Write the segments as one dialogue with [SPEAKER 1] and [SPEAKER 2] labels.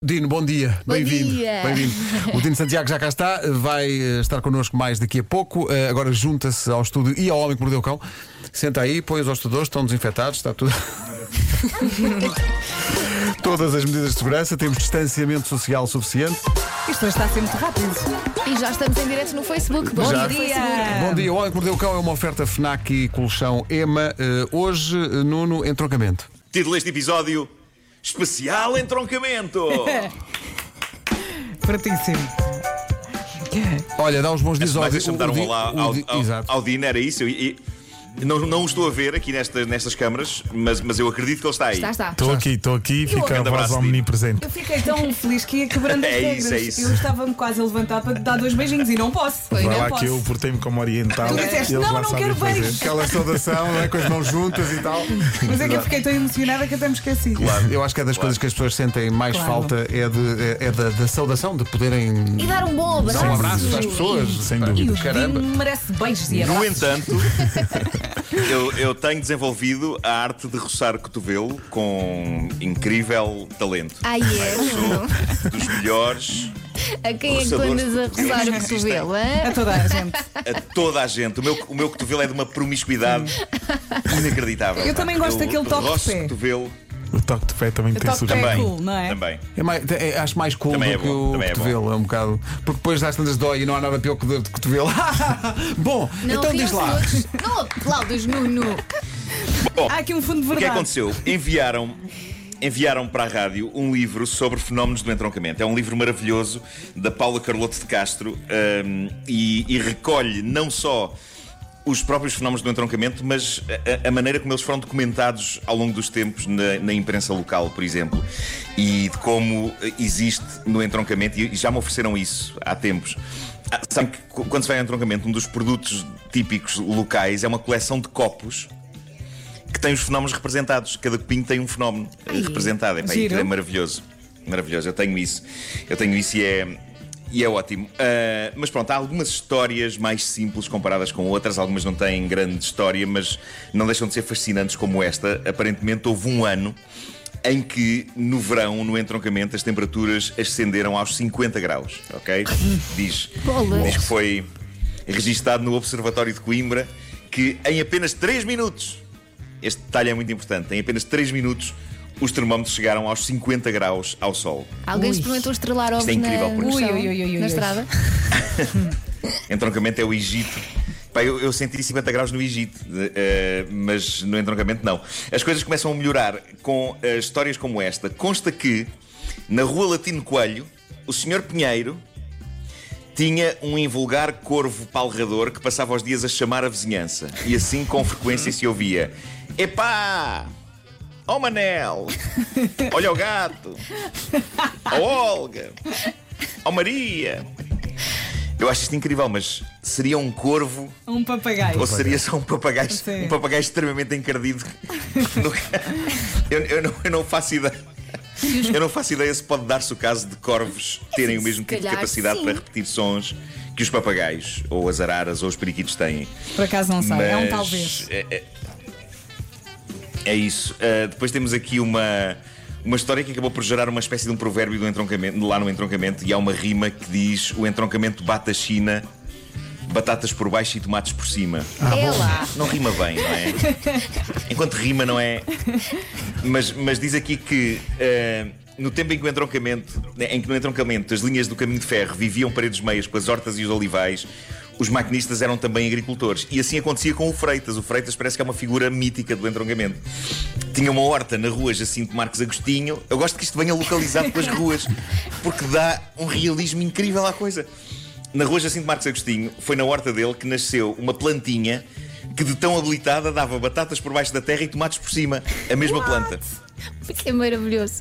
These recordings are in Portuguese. [SPEAKER 1] Dino, bom dia,
[SPEAKER 2] Bom
[SPEAKER 1] bem-vindo.
[SPEAKER 2] dia.
[SPEAKER 1] Bem-vindo. O Dino Santiago já cá está, vai eh, estar connosco mais daqui a pouco. Eh, Agora junta-se ao estúdio e ao homem que mordeu o cão. Senta aí, põe os hostadores, estão desinfetados, está tudo. Todas as medidas de segurança, temos distanciamento social suficiente.
[SPEAKER 3] Isto hoje está a ser muito rápido.
[SPEAKER 2] E já estamos em direto no Facebook. Bom
[SPEAKER 1] Já.
[SPEAKER 2] dia!
[SPEAKER 3] Ah.
[SPEAKER 1] Bom dia, o homem que mordeu o cão é uma oferta Fnac e colchão EMA. Eh, Hoje, eh, Nuno, em trocamento.
[SPEAKER 4] Título deste episódio: Especial Entroncamento.
[SPEAKER 3] Pratíssimo.
[SPEAKER 1] Olha, dá os bons dias
[SPEAKER 4] Mas
[SPEAKER 1] ao
[SPEAKER 4] deixa-me dar
[SPEAKER 1] o
[SPEAKER 4] um
[SPEAKER 1] Di-
[SPEAKER 4] olá
[SPEAKER 1] o
[SPEAKER 4] ao,
[SPEAKER 1] Di-
[SPEAKER 4] ao,
[SPEAKER 1] Exato.
[SPEAKER 4] ao Dino, era isso? E- e- não, não o estou a ver aqui nestas, nestas câmaras, mas, mas eu acredito que ele está aí.
[SPEAKER 2] Está, está.
[SPEAKER 5] Estou aqui, estou aqui, fica a
[SPEAKER 4] grande
[SPEAKER 5] voz
[SPEAKER 4] abraço,
[SPEAKER 5] omnipresente.
[SPEAKER 3] Eu fiquei tão feliz que ia quebrando as
[SPEAKER 4] É
[SPEAKER 3] regras.
[SPEAKER 4] isso, é isso.
[SPEAKER 3] Eu estava-me quase a levantar para te dar dois beijinhos e não posso.
[SPEAKER 2] Vai
[SPEAKER 3] não
[SPEAKER 5] Vai lá
[SPEAKER 3] posso.
[SPEAKER 5] que eu portei-me como oriental.
[SPEAKER 3] Tu disseste,
[SPEAKER 5] eles
[SPEAKER 3] "Não,
[SPEAKER 5] lá
[SPEAKER 3] não
[SPEAKER 5] sabem
[SPEAKER 3] quero
[SPEAKER 5] fazer.
[SPEAKER 3] beijo."
[SPEAKER 1] Aquela saudação, não é? com as mãos juntas e tal.
[SPEAKER 3] Mas é que eu fiquei tão emocionada que até me esqueci.
[SPEAKER 1] Eu acho que é das coisas que as pessoas sentem mais
[SPEAKER 3] Claro.
[SPEAKER 1] falta é, de- é- é da, da saudação, de poderem
[SPEAKER 2] E dar um bom abraço.
[SPEAKER 1] dar um abraço às pessoas.
[SPEAKER 5] Sem
[SPEAKER 1] Pá,
[SPEAKER 3] E
[SPEAKER 5] dúvida.
[SPEAKER 3] o
[SPEAKER 1] Caramba.
[SPEAKER 3] Dino merece beijos e
[SPEAKER 4] No
[SPEAKER 3] abraços.
[SPEAKER 4] entanto, eu, eu tenho desenvolvido a arte de roçar cotovelo com incrível talento.
[SPEAKER 3] Ah,
[SPEAKER 2] Ai é, Nuno.
[SPEAKER 4] Sou dos melhores
[SPEAKER 2] A quem é que tu
[SPEAKER 4] Roçadores
[SPEAKER 2] andas a roçar o
[SPEAKER 4] existem.
[SPEAKER 2] cotovelo?
[SPEAKER 3] A
[SPEAKER 2] hã?
[SPEAKER 3] toda a gente.
[SPEAKER 4] a toda a gente. O meu, o meu cotovelo é de uma promiscuidade inacreditável.
[SPEAKER 3] Eu também gosto daquele toque de
[SPEAKER 4] roço
[SPEAKER 3] pé.
[SPEAKER 4] cotovelo
[SPEAKER 5] O toque de pé também tem
[SPEAKER 3] toque de
[SPEAKER 5] surgido.
[SPEAKER 3] pé.
[SPEAKER 4] também.
[SPEAKER 3] cool, não é?
[SPEAKER 4] Também.
[SPEAKER 1] É mais- é- acho mais cool
[SPEAKER 4] Também
[SPEAKER 1] do
[SPEAKER 4] é
[SPEAKER 1] que
[SPEAKER 4] bom,
[SPEAKER 1] o
[SPEAKER 4] também é bom.
[SPEAKER 1] cotovelo, é, um bocado. Porque depois às tantas dói e não há nada pior que dor de cotovelo. Bom, então diz
[SPEAKER 2] riam-se
[SPEAKER 1] lá.
[SPEAKER 2] todos. Não aplaudas, Nuno.
[SPEAKER 4] Bom,
[SPEAKER 3] Há aqui um fundo de
[SPEAKER 4] O que é que
[SPEAKER 3] verdade.
[SPEAKER 4] aconteceu? Enviaram. Enviaram para a rádio um livro sobre fenómenos do entroncamento. É um livro maravilhoso da Paula Carloto de Castro hum, e, e recolhe não só os próprios fenómenos do entroncamento, mas a- a, a maneira como eles foram documentados ao longo dos tempos na, na imprensa local, por exemplo, e de como eh, existe no entroncamento, e e já me ofereceram isso há tempos. Ah, Sabem que qu- quando se vai ao entroncamento, um dos produtos típicos locais é uma coleção de copos que tem os fenómenos representados. Cada copinho tem um fenómeno eh,
[SPEAKER 2] Ai,
[SPEAKER 4] representado. É, pá,
[SPEAKER 3] giro.
[SPEAKER 4] é maravilhoso. Maravilhoso. Eu tenho isso. Eu tenho isso e é. E é ótimo. Ah, mas pronto, há algumas histórias mais simples comparadas com outras, algumas não têm grande história, mas não deixam de ser fascinantes como esta. Aparentemente houve um ano em que, no verão, no entroncamento, as temperaturas ascenderam aos 50 graus, ok? Diz,
[SPEAKER 2] Bolas.
[SPEAKER 4] diz que foi registado no Observatório de Coimbra que em apenas 3 minutos este detalhe é muito importante. Em apenas 3 minutos, os termómetros chegaram aos 50 graus ao sol.
[SPEAKER 2] Alguém
[SPEAKER 3] Ui.
[SPEAKER 2] experimentou estrelar ovos
[SPEAKER 4] Isto é incrível,
[SPEAKER 2] na,
[SPEAKER 4] porque-
[SPEAKER 2] no chão,
[SPEAKER 3] Ui, ui, ui, ui, ui.
[SPEAKER 2] na estrada?
[SPEAKER 4] Entroncamento é o Egito. Pá, eu, eu senti 50 graus no Egito, de- eh, mas no entroncamento não. As coisas começam a melhorar com eh, histórias como esta. Consta que, na rua Latino Coelho, o senhor Pinheiro tinha um invulgar corvo palrador que passava os dias a chamar a vizinhança. E assim, com frequência, se ouvia: Epá! Ó Manel! Olha o gato! Ó Olga! Ó Maria! Eu acho isto incrível, mas seria um corvo
[SPEAKER 3] Um papagaio.
[SPEAKER 4] ou seria só um papagaio,
[SPEAKER 3] Sim.
[SPEAKER 4] um papagaio extremamente encardido? Nunca- eu, eu não, eu não faço ideia. Eu não faço ideia se pode dar-se o caso de corvos terem o mesmo
[SPEAKER 2] Se
[SPEAKER 4] tipo de
[SPEAKER 2] calhar,
[SPEAKER 4] capacidade
[SPEAKER 2] sim.
[SPEAKER 4] para repetir sons que os papagaios, ou as araras, ou os periquitos têm.
[SPEAKER 3] Por acaso não sei. É um
[SPEAKER 4] Mas,
[SPEAKER 3] talvez.
[SPEAKER 4] É, é- é isso. Ah, depois temos aqui uma, uma história que acabou por gerar uma espécie de um provérbio do entroncamento, lá no entroncamento, e há uma rima que diz: o entroncamento bate a China, batatas por baixo e tomates por cima.
[SPEAKER 3] Ah,
[SPEAKER 2] é lá.
[SPEAKER 4] Não rima bem, não é? Enquanto rima, não é? Mas, mas diz aqui que eh, no tempo em que, o entroncamento, né, em que no entroncamento as linhas do caminho de ferro viviam paredes meias com as hortas e os olivais, os maquinistas eram também agricultores. E assim acontecia com o Freitas. O Freitas parece que é uma figura mítica do entroncamento. Tinha uma horta na rua Jacinto Marques Agostinho. Eu gosto que isto venha localizado pelas ruas, porque dá um realismo incrível à coisa. Na rua Jacinto Marques Agostinho, foi na horta dele que nasceu uma plantinha que de tão habilitada dava batatas por baixo da terra e tomates por cima. A mesma planta.
[SPEAKER 2] Isso é maravilhoso.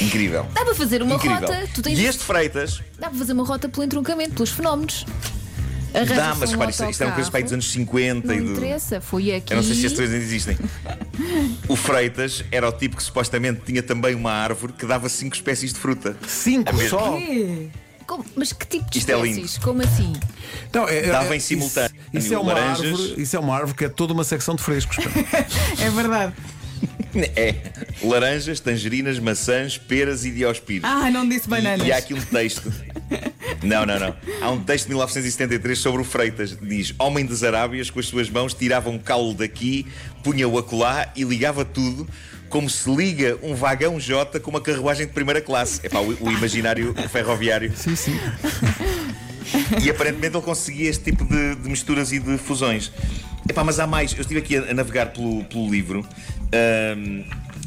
[SPEAKER 4] Incrível.
[SPEAKER 2] Dá para fazer Tá, uma
[SPEAKER 4] Incrível.
[SPEAKER 2] rota. Tu tens...
[SPEAKER 4] E este Freitas.
[SPEAKER 2] Dá para fazer uma rota pelo entroncamento, pelos fenómenos.
[SPEAKER 4] Dá,
[SPEAKER 2] Arranjas
[SPEAKER 4] mas
[SPEAKER 2] um
[SPEAKER 4] repara, isto, isto é uma coisa para aí dos
[SPEAKER 2] autocarro.
[SPEAKER 4] anos 50
[SPEAKER 2] Não
[SPEAKER 4] e do.
[SPEAKER 2] interessa, foi aqui.
[SPEAKER 4] Eu não sei se as coisas ainda existem. O Freitas era o tipo que supostamente tinha também uma árvore que dava cinco espécies de fruta.
[SPEAKER 1] Cinco
[SPEAKER 4] É mesmo.
[SPEAKER 1] só.
[SPEAKER 3] Ih,
[SPEAKER 2] Como- Mas que tipo de
[SPEAKER 4] Isto é lindo.
[SPEAKER 2] espécies? Como assim?
[SPEAKER 1] Não, é- é-
[SPEAKER 4] Dava em
[SPEAKER 1] isso-
[SPEAKER 4] simultâneo
[SPEAKER 1] Isso é, uma
[SPEAKER 4] laranjas.
[SPEAKER 1] árvore, isso é uma árvore que é toda uma secção de frescos. pá.
[SPEAKER 3] É verdade.
[SPEAKER 4] É laranjas, tangerinas, maçãs, peras e diospiros.
[SPEAKER 3] Ah, não disse bananas.
[SPEAKER 4] E, e há aqui um texto. Não, não, não. Há um texto de 1973 sobre o Freitas. Diz: Homem das Arábias, com as suas mãos, tirava um caule daqui, punha-o acolá e ligava tudo, como se liga um vagão J com uma carruagem de primeira classe. É pá, o, o imaginário ferroviário.
[SPEAKER 1] Sim, sim.
[SPEAKER 4] E aparentemente ele conseguia este tipo de, de misturas e de fusões. Epá, mas há mais. Eu estive aqui a, a navegar pelo, pelo livro. Ahm,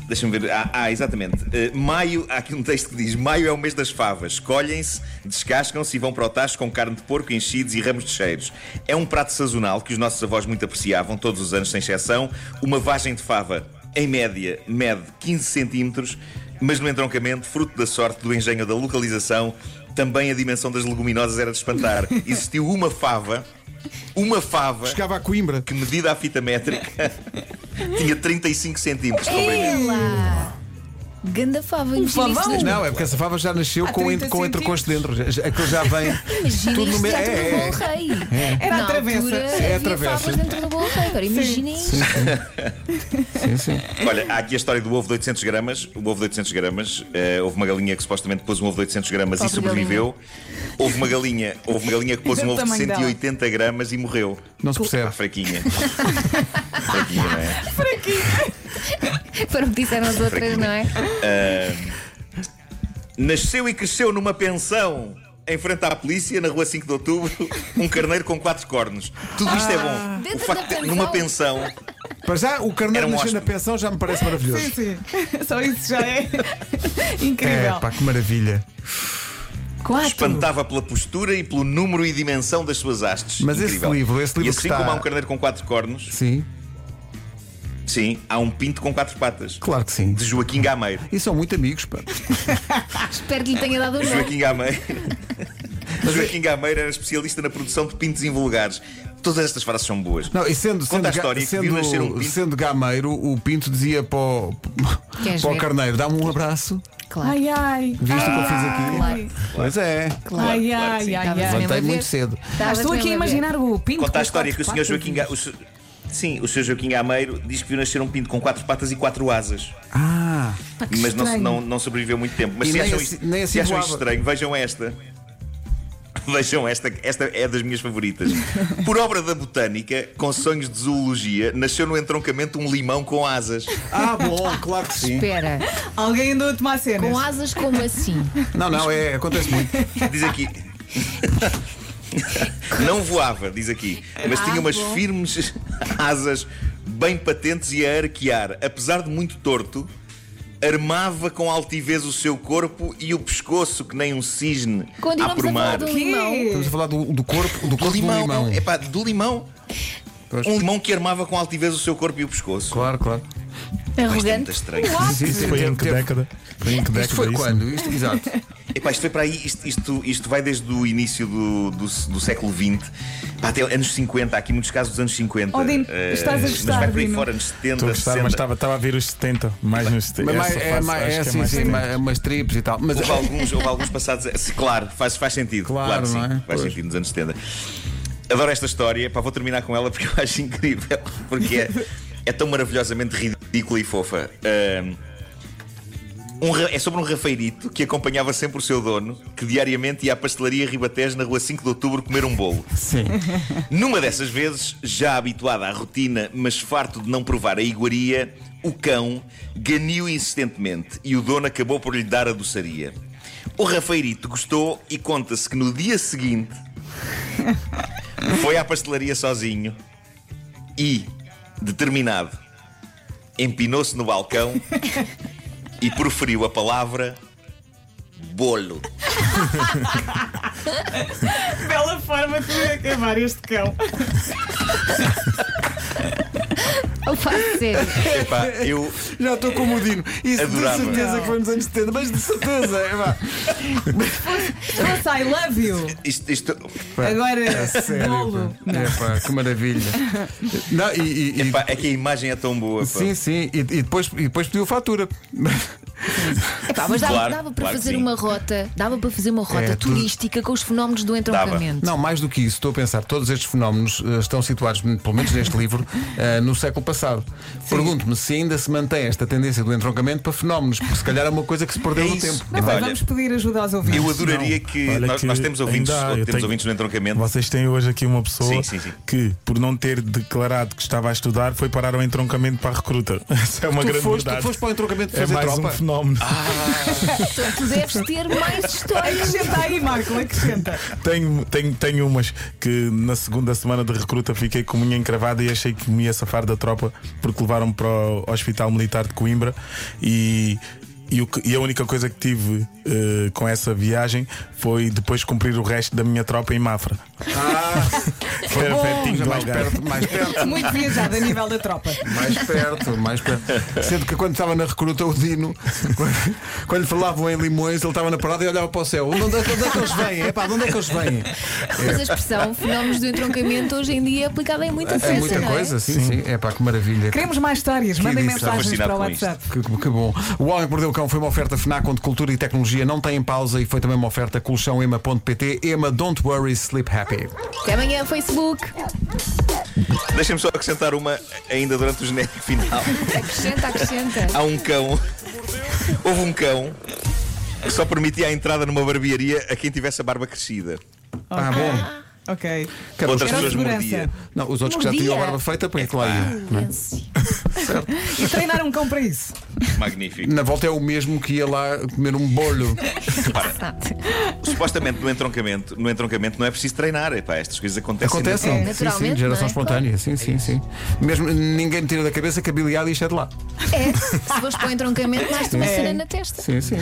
[SPEAKER 4] Deixa-me ver. Ah, ah, exatamente. Eh, maio, há aqui um texto que diz: Maio é o mês das favas. Escolhem-se, descascam-se e vão para o tacho com carne de porco, enchidos e ramos de cheiros. É um prato sazonal que os nossos avós muito apreciavam, todos os anos, sem exceção. Uma vagem de fava, em média, mede 15 centímetros, mas no entroncamento, fruto da sorte, do engenho da localização, também a dimensão das leguminosas era de espantar. Existiu uma fava, uma fava,
[SPEAKER 1] Chegava a Coimbra.
[SPEAKER 4] que medida à fita métrica tinha 35 centímetros de comprimento.
[SPEAKER 2] Ela! Ganda fava, imagina
[SPEAKER 3] Um favão.
[SPEAKER 2] isto nas-
[SPEAKER 1] Não, é porque essa fava já nasceu
[SPEAKER 3] Há
[SPEAKER 1] com, en-
[SPEAKER 3] 30
[SPEAKER 1] com entrecosto dentro. Já- já- Aquilo já vem
[SPEAKER 2] Imagina
[SPEAKER 1] tudo no
[SPEAKER 2] isto
[SPEAKER 1] meio.
[SPEAKER 2] dentro do
[SPEAKER 1] É,
[SPEAKER 2] bolo rei.
[SPEAKER 3] Era
[SPEAKER 2] Na
[SPEAKER 3] a travessa.
[SPEAKER 2] altura,
[SPEAKER 3] É a
[SPEAKER 2] havia
[SPEAKER 1] travessa.
[SPEAKER 2] favas dentro do bolo rei. Agora imagina isto.
[SPEAKER 1] é. Sim, sim.
[SPEAKER 4] Olha, há aqui a história do ovo de 800 gramas. O ovo de 800 gramas, eh, houve uma galinha que supostamente pôs um ovo de 800 gramas e
[SPEAKER 2] Pobre
[SPEAKER 4] sobreviveu. Houve uma galinha, houve uma galinha que pôs um
[SPEAKER 3] Do
[SPEAKER 4] ovo de
[SPEAKER 3] tamanho dela.
[SPEAKER 4] 180 gramas e morreu.
[SPEAKER 1] Não se
[SPEAKER 4] Ah,
[SPEAKER 1] percebe.
[SPEAKER 4] fraquinha. fraquinha, não é?
[SPEAKER 2] Foram o que disseram as outras, não é?
[SPEAKER 4] Nasceu e cresceu numa pensão em frente à polícia, na rua 5 de Outubro, um carneiro com quatro cornos. Tudo isto é bom.
[SPEAKER 2] Ah. Dentro
[SPEAKER 4] O facto de
[SPEAKER 2] da
[SPEAKER 4] ter numa
[SPEAKER 2] pensão. Ah,
[SPEAKER 4] pensão.
[SPEAKER 1] Para já, o carneiro
[SPEAKER 4] Era um
[SPEAKER 1] nascer na
[SPEAKER 4] hóspede.
[SPEAKER 1] pensão já me parece maravilhoso.
[SPEAKER 3] Sim, sim. Só isso já é
[SPEAKER 5] É,
[SPEAKER 1] É,
[SPEAKER 3] incrível.
[SPEAKER 5] pá, que maravilha.
[SPEAKER 3] Quatro.
[SPEAKER 4] espantava pela postura e pelo número e dimensão das suas hastes.
[SPEAKER 1] Mas esse
[SPEAKER 4] Incrível.
[SPEAKER 1] livro, esse livro
[SPEAKER 4] E
[SPEAKER 1] que
[SPEAKER 4] assim
[SPEAKER 1] está-
[SPEAKER 4] como há um carneiro com quatro cornos,
[SPEAKER 1] Sim,
[SPEAKER 4] sim, há um pinto com quatro patas.
[SPEAKER 1] claro que sim.
[SPEAKER 4] De Joaquim Gameiro.
[SPEAKER 1] E são muito amigos, pá.
[SPEAKER 2] Espero que lhe tenha dado o nome.
[SPEAKER 4] Joaquim Gameiro.
[SPEAKER 2] é-
[SPEAKER 4] Joaquim Gameiro era especialista na produção de pintos invulgares. Todas estas frases são boas.
[SPEAKER 1] Não, e sendo, sendo,
[SPEAKER 4] Conta a
[SPEAKER 1] ga-
[SPEAKER 4] história que viu nascer um
[SPEAKER 1] sendo,
[SPEAKER 4] pinto.
[SPEAKER 1] sendo gameiro, o Pinto dizia para o,
[SPEAKER 2] Queres
[SPEAKER 1] para o
[SPEAKER 2] ver?
[SPEAKER 1] carneiro: dá-me um abraço.
[SPEAKER 2] Claro,
[SPEAKER 3] Ai, ai.
[SPEAKER 1] Viste o que eu fiz aqui?
[SPEAKER 3] Ai,
[SPEAKER 1] Pois é.
[SPEAKER 2] Ah, claro.
[SPEAKER 3] ai,
[SPEAKER 4] claro que
[SPEAKER 3] ai,
[SPEAKER 4] sim.
[SPEAKER 3] ai,
[SPEAKER 2] Estavas
[SPEAKER 3] ai.
[SPEAKER 2] Lembra
[SPEAKER 1] Levantei
[SPEAKER 2] de ver?
[SPEAKER 1] muito cedo.
[SPEAKER 3] Ah,
[SPEAKER 2] Estavas
[SPEAKER 3] Estou aqui a
[SPEAKER 2] mesmo ver.
[SPEAKER 3] imaginar o pinto.
[SPEAKER 4] Conta
[SPEAKER 3] com
[SPEAKER 4] a história que o
[SPEAKER 3] quatro
[SPEAKER 4] senhor Joaquim Ga...
[SPEAKER 3] patas.
[SPEAKER 4] o se- Sim, o senhor Joaquim Gameiro diz que viu nascer um pinto com quatro patas e quatro asas.
[SPEAKER 1] Ah,
[SPEAKER 4] mas não,
[SPEAKER 3] estranho.
[SPEAKER 4] não, não sobreviveu muito tempo. Mas
[SPEAKER 1] E
[SPEAKER 4] se
[SPEAKER 1] nem
[SPEAKER 4] acham,
[SPEAKER 1] assim-
[SPEAKER 4] isto,
[SPEAKER 1] nem assim
[SPEAKER 4] se acham
[SPEAKER 1] voava.
[SPEAKER 4] isto estranho, vejam esta. Vejam esta, esta é das minhas favoritas. Por obra da botânica, com sonhos de zoologia, nasceu no entroncamento um limão com asas.
[SPEAKER 1] ah bom, claro que sim.
[SPEAKER 2] Espera,
[SPEAKER 3] Alguém andou a tomar cenas.
[SPEAKER 2] com asas como assim?
[SPEAKER 1] Não, não, é, acontece muito.
[SPEAKER 4] Diz aqui. Não voava, diz aqui, mas
[SPEAKER 2] Ah,
[SPEAKER 4] tinha umas firmes asas bem patentes e a arquear. Apesar de muito torto, armava com altivez o seu corpo e o pescoço, que nem um cisne a
[SPEAKER 2] Continuamos a falar
[SPEAKER 4] aprumar.
[SPEAKER 2] de um
[SPEAKER 3] Que?
[SPEAKER 2] limão.
[SPEAKER 1] Estamos a falar do, do corpo do, corpo do
[SPEAKER 4] limão,
[SPEAKER 1] um limão.
[SPEAKER 4] É pá, do limão.
[SPEAKER 1] Pois.
[SPEAKER 4] Um limão que armava com altivez o seu corpo e o pescoço.
[SPEAKER 1] Claro, claro.
[SPEAKER 4] Mas é muito
[SPEAKER 2] Arrogante.
[SPEAKER 4] estranho.
[SPEAKER 1] Ah, Sim, sim,
[SPEAKER 5] Foi
[SPEAKER 1] teve-
[SPEAKER 5] em que
[SPEAKER 1] teve-
[SPEAKER 5] década? Foi em que década?
[SPEAKER 1] Isto
[SPEAKER 4] é
[SPEAKER 1] foi
[SPEAKER 5] isso?
[SPEAKER 1] quando? Isto, exato.
[SPEAKER 4] Epá, isto foi para aí, isto, isto, isto vai desde o início do, do, do século XX pá, até anos 50, há aqui muitos casos dos anos 50.
[SPEAKER 3] Oh, Dino,
[SPEAKER 4] Eh,
[SPEAKER 3] estás a
[SPEAKER 4] Mas
[SPEAKER 3] gostar,
[SPEAKER 4] vai por aí
[SPEAKER 3] Dino.
[SPEAKER 4] fora, anos 70,
[SPEAKER 5] Estou a gostar,
[SPEAKER 4] 60.
[SPEAKER 5] mas estava, estava a ver os 70, mais nos 70.
[SPEAKER 1] Mas mais-
[SPEAKER 5] Essa
[SPEAKER 1] é,
[SPEAKER 5] fase
[SPEAKER 1] mais,
[SPEAKER 5] acho
[SPEAKER 1] é,
[SPEAKER 5] que
[SPEAKER 1] sim,
[SPEAKER 5] mais
[SPEAKER 1] sim,
[SPEAKER 5] 70.
[SPEAKER 1] mais- umas trips e tal. Mas
[SPEAKER 4] Houve alguns, houve alguns passados. a- se- Claro, faz, faz sentido.
[SPEAKER 1] Claro,
[SPEAKER 4] sim.
[SPEAKER 1] não é?
[SPEAKER 4] Faz
[SPEAKER 1] Pois.
[SPEAKER 4] sentido nos anos 70. Adoro esta história, pá, vou terminar com ela porque eu acho incrível. Porque é, é tão maravilhosamente ridícula e fofa. Ahm, um ra- é sobre um rafeirito que acompanhava sempre o seu dono, que diariamente ia à pastelaria Ribatejo na rua 5 de Outubro comer um bolo.
[SPEAKER 1] sim.
[SPEAKER 4] Numa dessas vezes, já habituada à rotina, mas farto de não provar a iguaria, o cão ganiu insistentemente e o dono acabou por lhe dar a doçaria. O rafeirito gostou e conta-se que no dia seguinte foi à pastelaria sozinho e, determinado, empinou-se no balcão e proferiu a palavra bolo.
[SPEAKER 3] Bela forma de acabar este cão.
[SPEAKER 2] Opa, sério.
[SPEAKER 4] Epá, eu,
[SPEAKER 1] Já estou com o Dino. Isso
[SPEAKER 4] Adorava.
[SPEAKER 1] de certeza que foi nos anos 70, mas de certeza. é pá.
[SPEAKER 3] Nossa, I love you.
[SPEAKER 4] isto, isto,
[SPEAKER 3] Agora,
[SPEAKER 1] Sério,
[SPEAKER 3] bolo.
[SPEAKER 1] pá. É, pá, que maravilha. Não, e, e- e-
[SPEAKER 4] Epá, é que a imagem é tão boa. pá.
[SPEAKER 1] sim, sim. E, e depois, e depois pediu fatura.
[SPEAKER 2] Epá, mas dava,
[SPEAKER 4] Claro,
[SPEAKER 2] dava para
[SPEAKER 4] claro que
[SPEAKER 2] fazer
[SPEAKER 4] sim.
[SPEAKER 2] uma rota, dava para fazer uma rota
[SPEAKER 1] É, tu-
[SPEAKER 2] turística com os fenómenos do
[SPEAKER 4] Dava.
[SPEAKER 2] entroncamento.
[SPEAKER 1] Não, mais do que isso, estou a pensar, todos estes fenómenos eh, estão situados, pelo menos neste livro, eh, no século passado. Pergunto-me se ainda se mantém esta tendência do entroncamento para fenómenos, porque se calhar é uma coisa que se perdeu
[SPEAKER 4] É
[SPEAKER 1] no
[SPEAKER 4] isso.
[SPEAKER 1] tempo.
[SPEAKER 3] Não
[SPEAKER 4] Epá,
[SPEAKER 3] sei,
[SPEAKER 4] olha,
[SPEAKER 3] vamos pedir ajuda aos ouvintes.
[SPEAKER 4] Eu adoraria que,
[SPEAKER 5] Olha
[SPEAKER 4] nós, nós temos ouvintes,
[SPEAKER 5] ainda há, eu
[SPEAKER 4] temos
[SPEAKER 5] tenho-
[SPEAKER 4] ouvintes no entroncamento.
[SPEAKER 5] Vocês têm hoje aqui uma pessoa
[SPEAKER 4] Sim, sim, sim.
[SPEAKER 5] que, por não ter declarado que estava a estudar, foi parar ao entroncamento para a recruta. Isso é uma
[SPEAKER 1] tu
[SPEAKER 5] grande
[SPEAKER 1] foste,
[SPEAKER 5] novidade.
[SPEAKER 1] tu foste para o entroncamento
[SPEAKER 5] É
[SPEAKER 1] fazer
[SPEAKER 5] mais
[SPEAKER 1] tropa? Ah,
[SPEAKER 5] um fenómeno.
[SPEAKER 2] Então, tu deves ter mais histórias.
[SPEAKER 3] Acrescenta aí, Marco, acrescenta.
[SPEAKER 5] Tenho, tenho, tenho umas que na segunda semana de recruta fiquei com a unha encravada e achei que me ia safar da tropa porque levaram-me para o Hospital Militar de Coimbra e. E, o que- e a única coisa que tive eh, com essa viagem foi depois cumprir o resto da minha tropa em Mafra.
[SPEAKER 1] é
[SPEAKER 5] foi era pertinho
[SPEAKER 1] Já
[SPEAKER 5] do
[SPEAKER 1] mais
[SPEAKER 5] Algarve.
[SPEAKER 1] perto, mais perto.
[SPEAKER 3] Muito viajado a nível da tropa.
[SPEAKER 1] Mais perto, mais perto. Sendo que quando estava na recruta, o Dino, quando, quando lhe falavam em limões, ele estava na parada e olhava para o céu. De onde, é que- de onde é que eles vêm? Epá, de onde é que eles vêm?
[SPEAKER 2] Mas a expressão fenómenos do entroncamento hoje em dia é aplicada em muita coisa.
[SPEAKER 1] É muita
[SPEAKER 2] não é?
[SPEAKER 1] coisa, sim, sim. É pá, que maravilha.
[SPEAKER 3] Queremos mais histórias, mandem
[SPEAKER 1] edição.
[SPEAKER 3] mensagens para o
[SPEAKER 4] tá Fascinado com
[SPEAKER 3] WhatsApp.
[SPEAKER 1] Que, que bom. O Homem que Mordeu o Cão foi uma oferta FNAC onde cultura e tecnologia não têm pausa e foi também uma oferta colchãoema.pt. Ema, don't worry, sleep happy.
[SPEAKER 2] Até amanhã, Facebook.
[SPEAKER 4] Deixem-me só acrescentar uma ainda durante o genérico final.
[SPEAKER 2] Acrescenta, acrescenta.
[SPEAKER 4] Há um cão. Houve um cão que só permitia a entrada numa barbearia a quem tivesse a barba crescida.
[SPEAKER 1] Ah, bom.
[SPEAKER 3] Ok.
[SPEAKER 1] Quero
[SPEAKER 4] Outras
[SPEAKER 1] os-
[SPEAKER 3] Era
[SPEAKER 4] pessoas
[SPEAKER 3] segurança.
[SPEAKER 4] mordiam.
[SPEAKER 1] Não, os outros que já
[SPEAKER 2] Mordia.
[SPEAKER 1] tinham a barba feita, põe aquilo aí.
[SPEAKER 3] E treinar um cão para isso.
[SPEAKER 4] Magnífico.
[SPEAKER 1] Na volta é o mesmo que ia lá comer um bolho.
[SPEAKER 4] Supostamente no entroncamento, no entroncamento não é preciso treinar. Epá, estas coisas acontecem.
[SPEAKER 1] Acontecem.
[SPEAKER 2] É,
[SPEAKER 1] sim, sim,
[SPEAKER 2] naturalmente,
[SPEAKER 1] geração
[SPEAKER 2] não é?
[SPEAKER 1] espontânea. Sim, sim, sim. Mesmo ninguém me tira da cabeça que a Billie Eilish é de lá.
[SPEAKER 2] É, se fores para o entroncamento, mais te uma cena na testa.
[SPEAKER 1] Sim, sim.